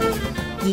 而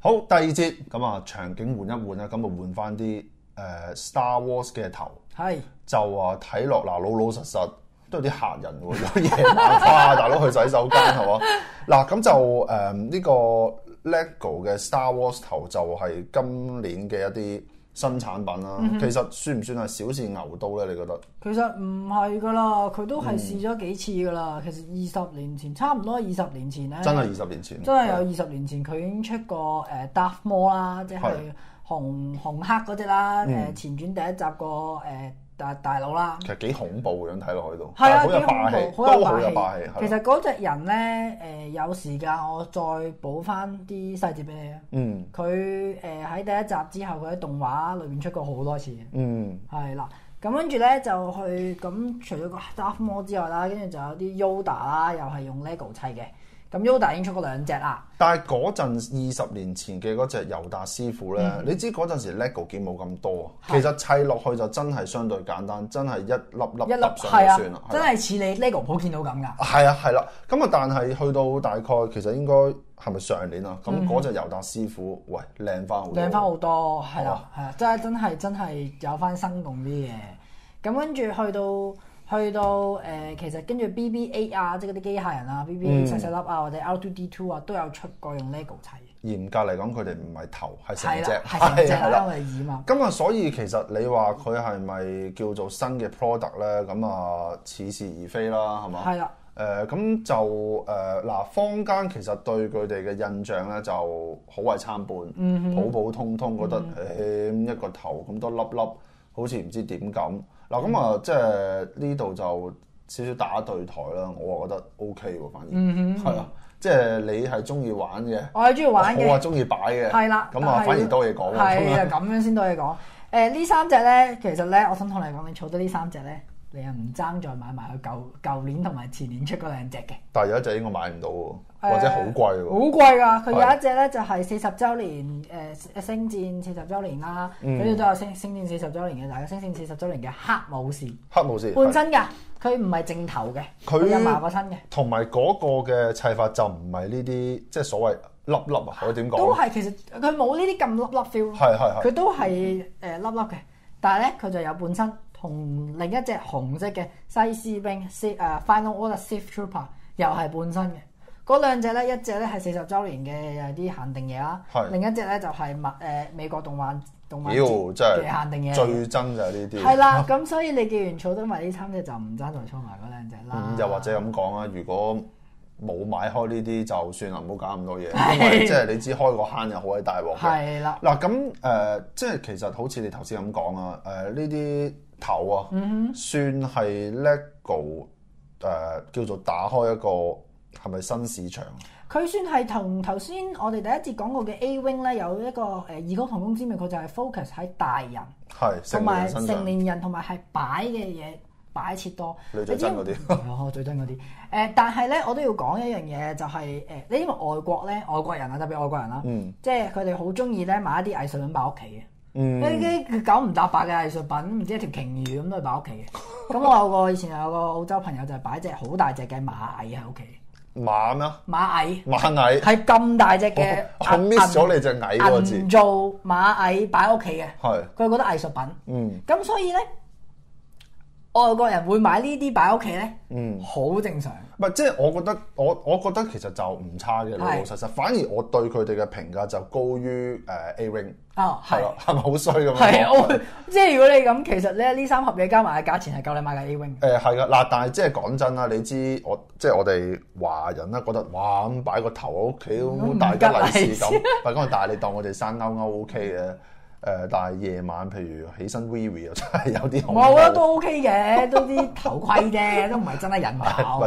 好，第二節咁啊，場景換一換啦，咁啊換翻啲誒 Star Wars 嘅頭，係就話睇落嗱老老實實都有啲嚇人喎， 有夜晚花大佬去洗手間係嘛？嗱咁就誒呢、個 LEGO 嘅 Star Wars 頭就係今年嘅一啲新產品嗯啦。其實算唔算係小試牛刀咧？你覺得？其實唔係噶啦，佢都嗯係試咗幾次噶啦。其實二十年前，差唔多二十年前咧，真係二十年前，哎真係有二十年前佢已經出過誒 Darth Maul 啦，即係係嗯紅紅黑嗰只啦，誒前傳第一集個誒大大佬啦。其實幾恐怖嘅樣睇落去到，係啊，但好有幾霸氣，恐怖都好有霸氣。其係啦實嗰只人咧，誒、有時間我再補翻啲細節俾你啊。嗯佢誒喺第一集之後，佢喺動畫裏面出過好多次嘅，嗯係啦。咁跟住咧就去咁，除咗個 Darth Maul 之外啦，跟住就有啲 Yoda 啦，又係用 LEGO 砌嘅。咁 Yoda 已經出過兩隻啦，但係嗰陣二十年前嘅嗰只尤達師傅咧，嗯你知嗰陣時 LEGO 件冇咁多啊，其實砌落去就真係相對簡單，真係一粒粒一粒揼上係就啊算啦，，真係啦係似你 LEGO 鋪見到咁噶。係啊係啦。咁啊，但係去到大概其實應該係咪上年啊？咁嗰只尤達師傅，喂靚翻好多，嗯靚翻好多，係啦，啊係啦，真係真係真係有翻生動啲嘅。咁跟住去到去到誒、呃其實跟住 BB-8 啊，即係嗰啲機械人啊，BB-8 嗯細細粒啊，或者 R2D2 啊，都有出過用 LEGO 砌。嚴格嚟講，佢哋唔係頭係成係隻，啦，係成隻係啦，我哋耳嘛。咁啊，所以其實你話佢係咪叫做新嘅 product 咧？咁啊，似是而非啦，係嘛？係啦。誒咁、就誒嗱、坊間其實對佢哋嘅印象咧就好為參半，嗯普普通通覺得誒、一個頭咁多粒粒，好似唔知點咁。嗱咁啊，即係呢度就少少打對台啦，我啊覺得 O K 喎，反而嗯係啊，即係你係中意玩嘅，我係中意玩嘅我。係啊中意擺嘅，係啦，咁啊但係反而多嘢講喎咁係樣啊，咁樣先多嘢講。誒呢三隻咧，其實咧，我想同你講，你儲咗呢三隻咧，你又唔爭再買埋佢舊舊年同埋前年出嗰兩隻嘅。但係有一隻應該買唔到喎，誒哦或者好貴好喎。貴㗎！佢係有一隻咧就係四十週年誒、星戰四十週年啦，嗯佢哋都有星星戰四十週年嘅，但係星戰四十週年嘅黑武士黑武士半係身㗎，佢唔係正頭嘅，佢佢有麻個身嘅，同埋嗰個嘅砌法就唔係呢啲即係所謂粒粒啊，可以點都講？係其實佢冇呢啲咁粒粒 feel，係係係佢都係誒粒粒嘅，但係咧佢就有半身同另一隻紅色嘅西斯兵 C 誒、Final Order Sith Trooper 又係半身嘅。嗰兩隻咧，一隻咧係四十週年嘅有啲限定嘢啦係，另一隻咧就係美誒美國動漫動漫妖節真嘅限定係嘢最嚟嘅。憎就係呢啲。係啦，咁所以你既然儲得埋呢三隻，就唔爭在儲埋嗰兩隻啦嗯。又或者咁講啦，如果冇買開呢啲就算啦，唔好搞咁多嘢，係因為即係你知開個坑又好鬼大鑊嘅。係啦，嗱咁誒，即係其實好似你頭先咁講啊，誒呢啲頭啊，嗯算係 LEGO 誒叫做打開一個係咪新市場？佢算係同頭先我哋第一節講過嘅 A Wing 咧有一個誒異曲同工之妙，佢就係 focus 喺大人係同成年埋人身上成。年人同埋係擺嘅嘢擺設多。你最憎嗰啲知 唔知係啊我最憎嗰啲。誒、但係咧我都要講一樣嘢，就係、誒、你因為外國咧，外國人啊，特別外國人啦，嗯即係佢哋好中意咧買一啲藝術品擺屋企嘅。呢嗯，啲九唔搭八嘅藝術品，唔知一條鯨魚咁都係擺屋 企嘅。咁我有個以前有個澳洲朋友就係擺隻好大隻嘅馬蟻喺屋企，馬咩啊？馬蟻螞蟻，係呃咁大隻嘅， 我 miss 咗你隻蟻嗰個字銀造馬蟻擺喺屋企嘅，係佢覺得藝術品。嗯咁所以咧，外國人會買呢啲擺喺屋企咧，嗯，好正常。唔係即係我覺得我我覺得其實就唔差嘅，老老實實。反而我對佢哋嘅評價就高於誒 A Ring，哦，係係啦， 係咪好衰咁樣係，講？我會即係如果你咁，其實咧呢三盒嘢加埋嘅價錢係夠你買架 A wing 誒嘅。係噶，嗱，但係即係講真啦，你知我即係我哋華人啦，覺得哇咁 嗯擺個頭喺屋企，好大吉利是咁。但係咁，但係你當我哋生勾勾 OK 嘅。但係夜晚譬如起身 Vivi 又真係有啲恐怖我覺得啊都 OK 嘅，都啲頭盔啫，都唔係真係人係頭。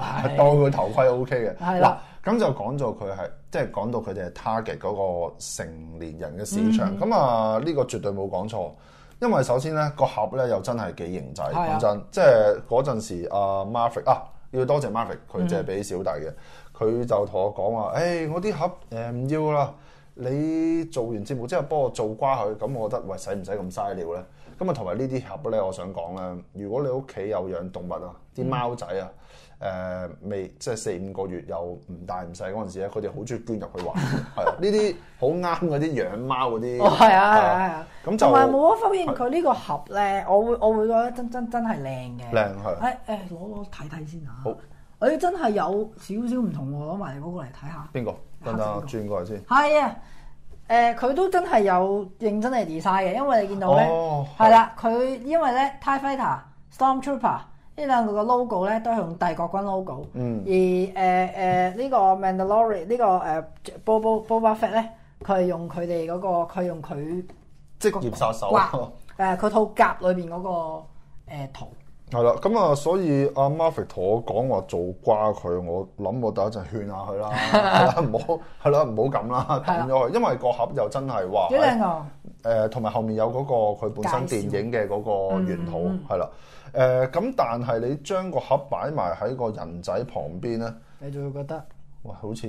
係當佢頭盔 O K 嘅。係嗱啦，咁就講咗佢係，即係講到佢哋係 target 嗰個成年人嘅市嗯場。咁啊，呢個絕對冇講錯，因為首先咧個盒咧又真係幾型仔，係啊講真，即係嗰陣時啊 Marvick 啊，要多謝 Marvick，佢嗯借俾小弟嘅，佢就同我講話，誒我啲盒誒唔要啦。你做完節目之後幫我做瓜佢，咁我覺得喂使唔使咁嘥料咧？咁啊同埋呢啲盒咧，我想講咧，如果你屋企有養動物啊，嗯啲貓仔啊，誒、未即係四五個月又唔大唔細嗰陣時咧，佢哋好中意捐入去 玩，係啊呢啲好啱嗰啲養貓嗰啲，哦，係啊，係啊，係啊。咁就同埋冇靚可否認佢呢個盒咧，我會我會覺得真真真係靚嘅。係誒誒，攞攞睇睇先啊。好，誒真係有少少唔同喎，攞埋你嗰個嚟睇下。邊個？等等啊，轉過嚟 先。係啊，誒佢都真係有認真嚟 design 嘅，因為你見到咧，哦係啦，佢因為咧 TIE Fighter、Stormtrooper 呢兩個嘅 logo 咧都係用帝國軍 logo，、嗯而誒誒呢個 Mandalorian 呢、個誒 Boba Boba Fett 咧，佢係用佢哋嗰個，佢用佢職業殺手哇誒佢套甲裏邊嗰個誒圖，係啦，咁啊，所以阿 Marvick 同我講話做瓜佢，我諗我第一陣勸下佢 啦，係啦，唔好係啦，唔好咁啦，抌咗佢，因為個盒又真係哇，幾靚啊！誒同埋後面有嗰、個佢本身電影嘅嗰個原嗯圖係啦，誒咁、但係你將個盒擺埋喺個人仔旁邊咧，你就會覺得，哇，好似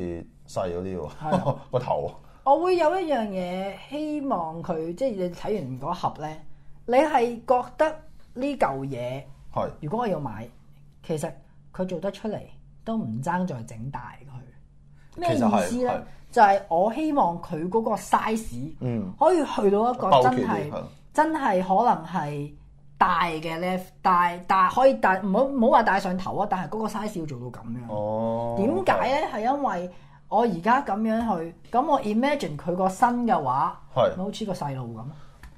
細咗啲係啊喎 個頭，我會有一樣嘢希望佢，即係你睇完嗰盒咧，你係覺得呢嚿嘢。係如果我要買，其實佢做得出嚟都唔爭再整大佢。咩其實係意思係呢？就係我希望佢嗰個 size 嗯可以去到一個包真住啲係係真係可能係大嘅咧，大大可以大唔好唔好話戴上頭啊，但係嗰個 size 要做到咁樣。哦，點解咧？係因為我而家咁樣去，咁我 imagine 佢個身嘅話，係咪好似個細路咁。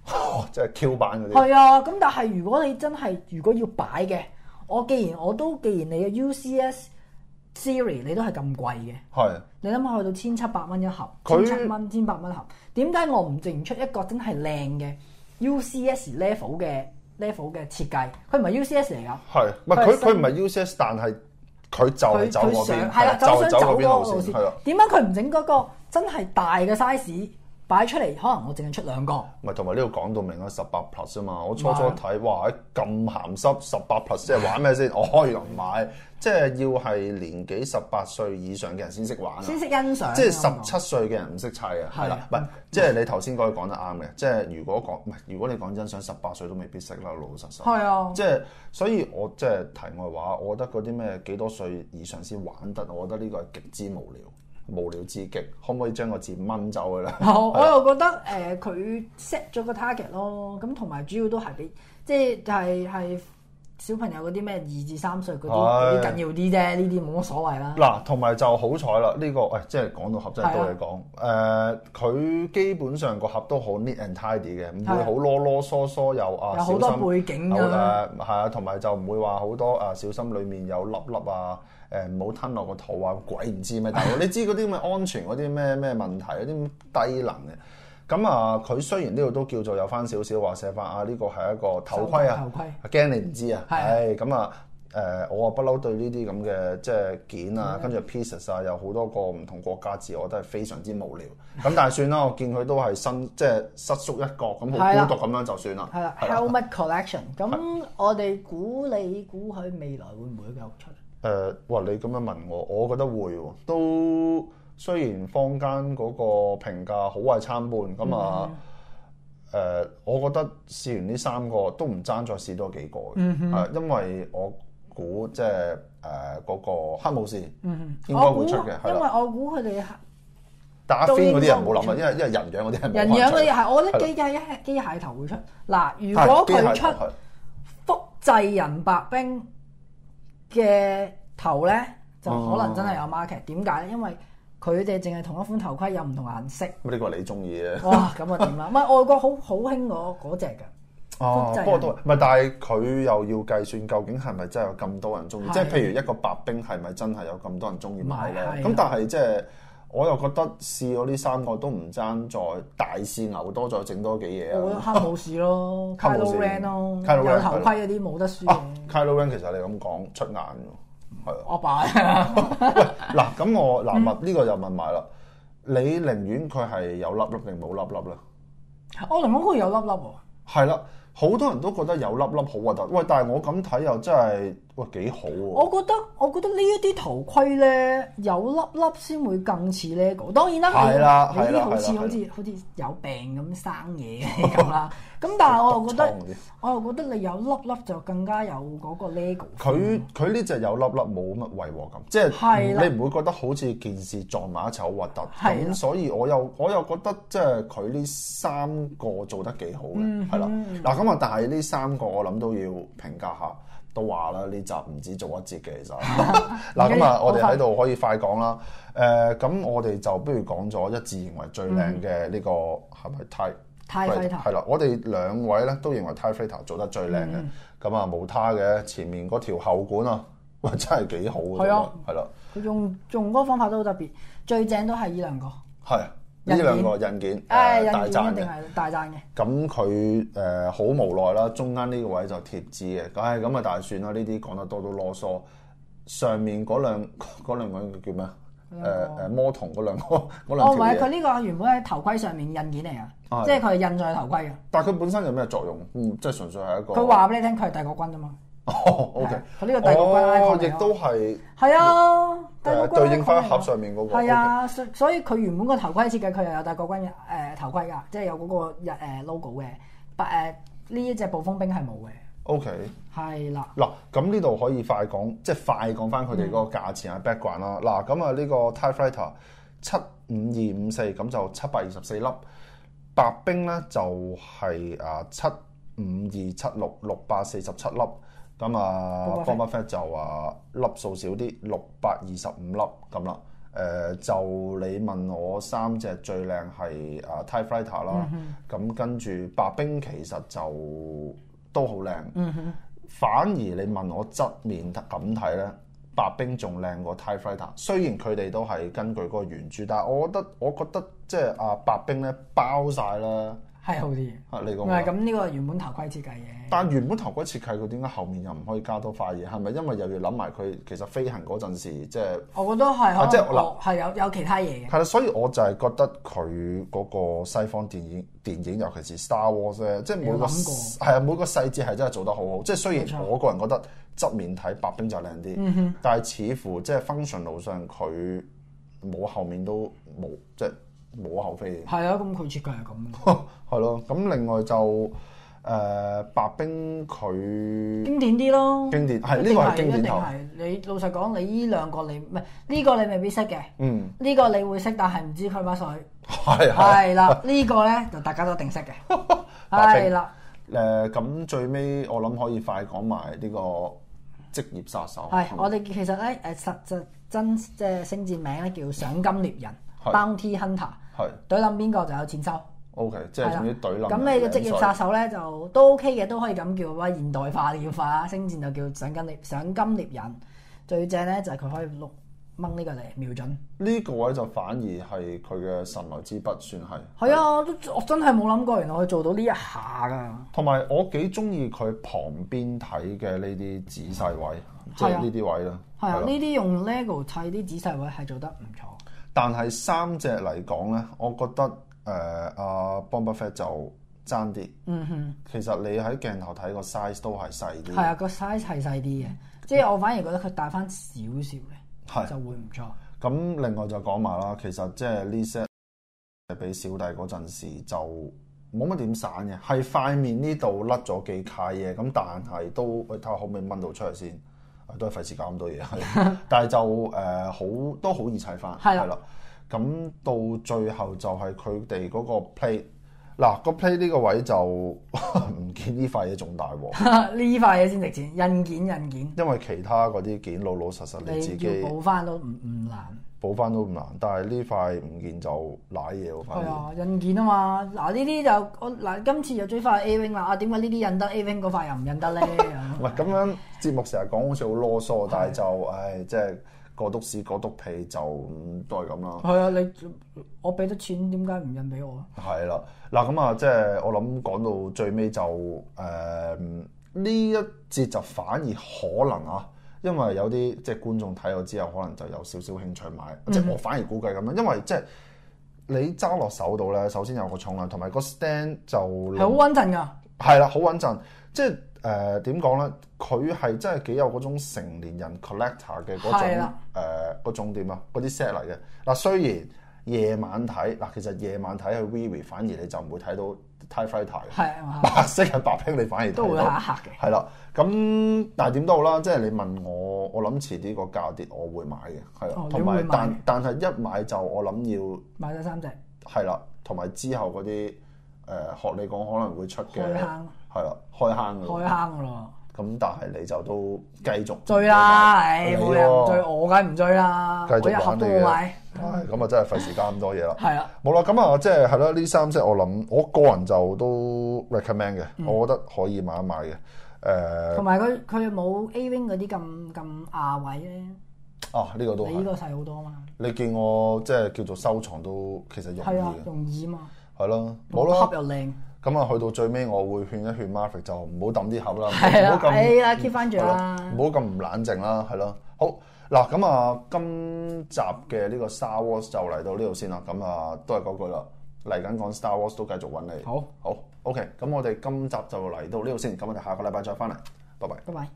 哦即係 Q 版嗰啲，係啊，咁但係如果你真係如果要擺嘅，我既然我都既然你嘅 UCS Siri 你都係咁貴嘅，係你諗下去到千七百蚊一盒，佢千七蚊、千八蚊盒，點解我唔整出一個真係靚嘅 UCS level 嘅 level 嘅設計？佢唔係 UCS 嚟㗎，係，唔係佢佢係佢唔係 UCS，但係佢就係哦佢走佢嗰想邊，係啦，就走係想走走嗰嗰邊路個路線，線係啊啦，，點解佢唔整嗰個真係大嘅 size 擺出嚟？可能我淨係出兩個。唔係同啊埋呢度講到明啦，十八 plus 啊嘛，我初初睇哇咁鹹濕，十八 plus 即係玩咩先？ 我原來唔買，即係要係年紀十八歲以上嘅人先識玩啊！先識欣賞，啊即係十七歲嘅人唔識砌啊，係啦，唔嗯係即係你頭先嗰句講得啱嘅，即係如果講唔係，如果你講真想十八歲都未必識啦，老老實實。係啊，即係所以我即係題外話，我覺得嗰啲咩幾多歲以上先玩得，我覺得呢個係極之無聊，無聊至極，可唔可以將個字掹走佢 咧？我我又覺得誒佢 set 咗個 target 咯，咁同埋主要都係俾即係係係小朋友嗰啲咩二至三歲嗰啲嗰啲係緊要啲啫，呢啲冇乜所謂啦。嗱，同埋就好彩啦，呢、個誒、即係講到盒真係多嘢講。誒、佢基本上個盒都好 neat and tidy 嘅，唔係會啊好囉囉嗦嗦又啊有好多小心背景好㗎啦，係啊，同埋就唔會話好多啊小心裡面有粒粒啊，誒唔好吞落個肚啊，鬼唔知咩大 佬，你知嗰啲咩安全嗰啲咩咩問題，嗰啲低能嘅。咁啊，佢雖然呢度都叫做有翻少少話寫翻啊，呢個係一個頭盔啊，頭盔驚你唔知啊，係啊唉，咁啊。誒、我啊不嬲對呢啲咁嘅即係件嗯啊，跟住 pieces 啊，有好多個唔同國家字，我都係非常之無聊。咁但係算啦，我見佢都係新即係失縮一角咁，好孤係啦獨咁樣就算啦。係啦係啦啊，helmet collection。咁我哋估你估佢未來會唔會繼續出？誒、呃哇！你咁樣問我，我覺得會喎。都雖然坊間嗰個評價好壞參半嗯咁啊，誒、我覺得試完呢三個都唔爭再試多幾個嘅，嗯啊因為我估即係誒嗰個黑武士應該嗯我估會出嘅，係因為啦。我估佢哋打飛嗰啲人冇諗都啊，應因為因為人樣嗰啲人人嗰樣嗰啲係，我覺得係機械機械頭會出。嗱，如果佢出複製人白冰嘅頭咧，就哦可能真係有 market。點解咧？因為佢哋淨係同一款頭盔有唔同 顏色。呢個係你中意嘅。哇，咁啊點啦？唔係外國好好興嗰嗰只㗎。哦複製，啊人不過都唔係，但係佢又要計算究竟係咪真係有咁多人中意？係即係譬如一個白冰係咪真係有咁多人中意買咧？買係啊咁但係即係我又覺得試咗呢三個都唔爭再大試牛多，再整多幾嘢我覺得啊！黑武 士咯黑武，Kylo 士 Ren 咯， Kylo Ren，有頭盔嗰啲冇得輸啊嘅， ，Kylo Ren 其實你咁講出眼喎， 係啊。我爸係嗱，咁我嗱問呢個就問埋啦，你寧願佢係有粒粒定冇粒粒咧？我玲瓏嗰個有粒粒喎，係啦，好多人都覺得有粒粒好核突，喂！但係我咁睇又真係喂幾好喎，我覺得我覺得呢一啲頭盔咧有粒粒先會更似呢個，當然啦，係啦你係呢啦啲好係似啦好似好似有病咁生嘢咁啦，咁但係我又覺得毒瘡嗰啲哦我又覺得你有粒粒就更加有嗰個 lego，佢佢呢隻有粒粒冇乜違和感，即嗯係啦係你唔會覺得好似件事撞埋一齊好核突。係啦咁所以我又我又覺得即係佢呢三個做得幾好嗯嘅，係啦。嗱咁啊，但係呢三個我諗都要評價下。都話啦，呢集唔止做一節嘅，其 實嗱咁啊，我哋喺度可以快講啦。誒、咁我哋就不如講咗一致認為最靚嘅呢個係咪 Tie Tie Fighter 係啦，我哋兩位咧都認為 Tie Fighter 做得最靚嘅，嗯咁啊冇他嘅，前面嗰條後管啊， 喂真係幾好嘅，係啊，係啦，佢用用嗰個方法都好特別，最正都係呢兩個，係呢印件兩個印件，誒、誒大印件讚一定嘅。係大讚嘅。咁佢誒好無奈啦，中間呢個位就貼紙嘅，唉咁啊，但係算啦，呢啲講得多都囉嗦。上面嗰兩 嗰兩個叫咩啊？誒誒魔童嗰兩個嗰哦，兩唔條係，佢嘢，呢個原本喺頭盔上面印件嚟啊噶，即係佢係印在頭盔嘅。啊但係佢本身有咩作用？嗯，即係純粹係一個。佢話俾你聽，佢係帝國軍啊嘛。 哦，OK，係佢呢個帝國軍 icon 嚟哦，㗎亦都係係啊，帝誒國軍對應翻 icon 嚟㗎盒上面嗰個。係啊，所所以佢原本個頭盔設計佢又有帝國軍嘅誒頭盔㗎，即係有嗰個日誒 logo 嘅，但誒呢一隻暴風兵係冇嘅。 OK，係啦，嗱，咁呢度可以快講，即係快講翻佢哋嗰個價錢啊 background 啦。嗱，咁啊呢個 Tie Fighter 七五二五四，咁就七百二十四粒。白冰咧就係啊七五二七六六百四十七粒。咁啊 Boba b o b a Fett 就話粒數少啲，六百二十五粒咁啦。誒、就你問我三隻最靚係啊 Tie Fighter 啦，咁、跟住白冰其實就都好靚。反而你問我側面咁睇咧，白冰仲靚過 Tie Fighter。雖然佢哋都係根據嗰個原著，但係我覺得我覺得即係啊白冰咧包晒啦，係好啲嘅。啊你唔講係啦。咁呢個原本頭盔設計嘅。但原本頭盔設計佢點解後面又唔可以加多塊嘢？係咪因為又要諗埋佢其實飛行嗰陣時即係我覺得係啊可即係能我係有有其他嘢嘅。係啦，所以我就係覺得佢嗰個西方電影電影，尤其是 Star Wars 咧，即係每有個諗過係啊每個細節係真係做得好好。即係雖冇然錯嗯我個人覺得側面睇白冰就靚啲，但係似乎即係 function 路上佢冇後面都冇，即係冇後飛。係啊，咁佢設計係咁嘅。係咯，咁另外就誒、呃白冰佢經典啲咯。經典係一呢定個係經典一定頭，係你老實講，你呢兩個你唔係呢個你未必識嘅，嗯呢個你會識，但係唔知佢乜水。係係。係啦，呢個咧就大家都一定 識嘅。係啦，誒咁最尾我諗可以快講埋呢個職業殺手。係我哋其實咧誒實實真即係星戰名咧叫賞金獵人係 （Bounty Hunter），係隊冧邊個就有錢收。 OK，即係係啦總之隊冧。咁你嘅職業殺手咧就都 OK 嘅，都可以咁叫啦，現代化叫化，星戰就叫賞金獵賞金獵人。最正咧就係佢可以碌掹呢個嚟瞄準。呢個位就反而係佢嘅神來之筆，算係。係啊，我都我真係冇諗過，原來可以做到呢一下㗎。啊同埋我幾中意佢旁邊睇嘅呢啲仔細位，即係係啊呢啲位啦。係啊，係呢啦啲用 LEGO 砌啲仔細位係做得唔錯。但係三隻嚟講咧，我覺得誒阿 Boba Fett 就爭啲。嗯哼，其實你喺鏡頭睇個 size 都係細啲。係啊，個 size 係細啲嘅，嗯即係我反而覺得佢大翻少少係咧，就會唔錯。 咁另外就講埋啦，其實即係呢 set 俾小弟嗰陣時就冇乜點散嘅，係塊面呢度甩咗幾塊嘢，咁但係都喂睇下可唔可以掹到出嚟先，啊都係費事搞咁 多嘢，係但係就誒、呃好都好易砌翻，係啦啦。咁到最後就係佢哋嗰個 play，嗱、個 play 呢個位就 唔見呢塊嘢仲大鑊，呢塊嘢先值錢，印件印件，因為其他嗰啲件老老實實你自你要己補翻都唔唔難。補翻都唔難，但係呢塊唔見就瀨嘢喎，反係而。啊，印件啊嘛，嗱呢啲就我嗱今次又追翻 A wing 啦，啊點解呢啲印得 A wing 嗰塊又唔印得咧？唔係咁樣節目成日講好似好囉嗦，但係就唉，即係個篤屎個篤屁就嗯 都係咁啦。係啊，你我俾咗錢，點解唔印俾我啊？係啦，嗱咁啊，即係我諗講到最尾就誒呢、一節就反而可能啊，因為有啲即係觀眾睇咗之後，可能就有少少興趣買，即係我反而估計咁樣，因為即係你揸落手度咧，首先有個重量，同埋個 stand 就係好穩陣㗎。係啦，好穩陣，即係誒點講咧？佢係真係幾有嗰種成年人 collector 嘅嗰種係誒啦嗰種點啊，嗰啲 set 嚟嘅。嗱，雖然夜晚睇嗱，其實夜晚睇去 Vivi 反而你就唔會睇到 Tie Fighter 嘅，係 啊，白色係白拼你反而都睇會啊到嚇。一嚇嘅。係啦，咁但係點都好啦，即係你問我，我諗遲啲個價跌，我會買嘅，係哦啦，同你會埋買但但係一買就我諗買咗三隻，要係啦，同埋之後嗰啲誒學你講可能會出嘅開坑係啦，開坑嘅喎開坑噶咯，咁但係你就都繼續追啦！你唉，冇人唔追，喎我梗係唔追啦，啊繼我一續盒玩你都冇嘅，買，唉咁啊真係費時間咁多嘢啦。係啦，冇啦，咁啊即係係啦，呢三隻我諗我個人就都 recommend 嘅，我覺得可以買一買嘅。誒嗯同埋佢佢冇 A wing 嗰啲咁咁亞位咧，啊呢個都你呢係，個細好多嘛，你見我即係叫做收藏都其實容係啊易，嘅，容易嘛，係咯，冇盒啦。又靚，咁啊去到最尾，我會勸一勸 Marvick 就唔好抌啲盒啦，係唔啦，好哎咁。呀 keep 翻住係咯啦，唔好咁唔冷靜啦，係咯。好嗱，咁啊，今集嘅呢個 Star Wars 就嚟到呢度先啦。咁啊，都係嗰句啦，嚟緊講 Star Wars 都繼續揾你。好，好，OK。咁我哋今集就嚟到呢度先。咁我哋下個禮拜再翻嚟，拜拜。拜拜。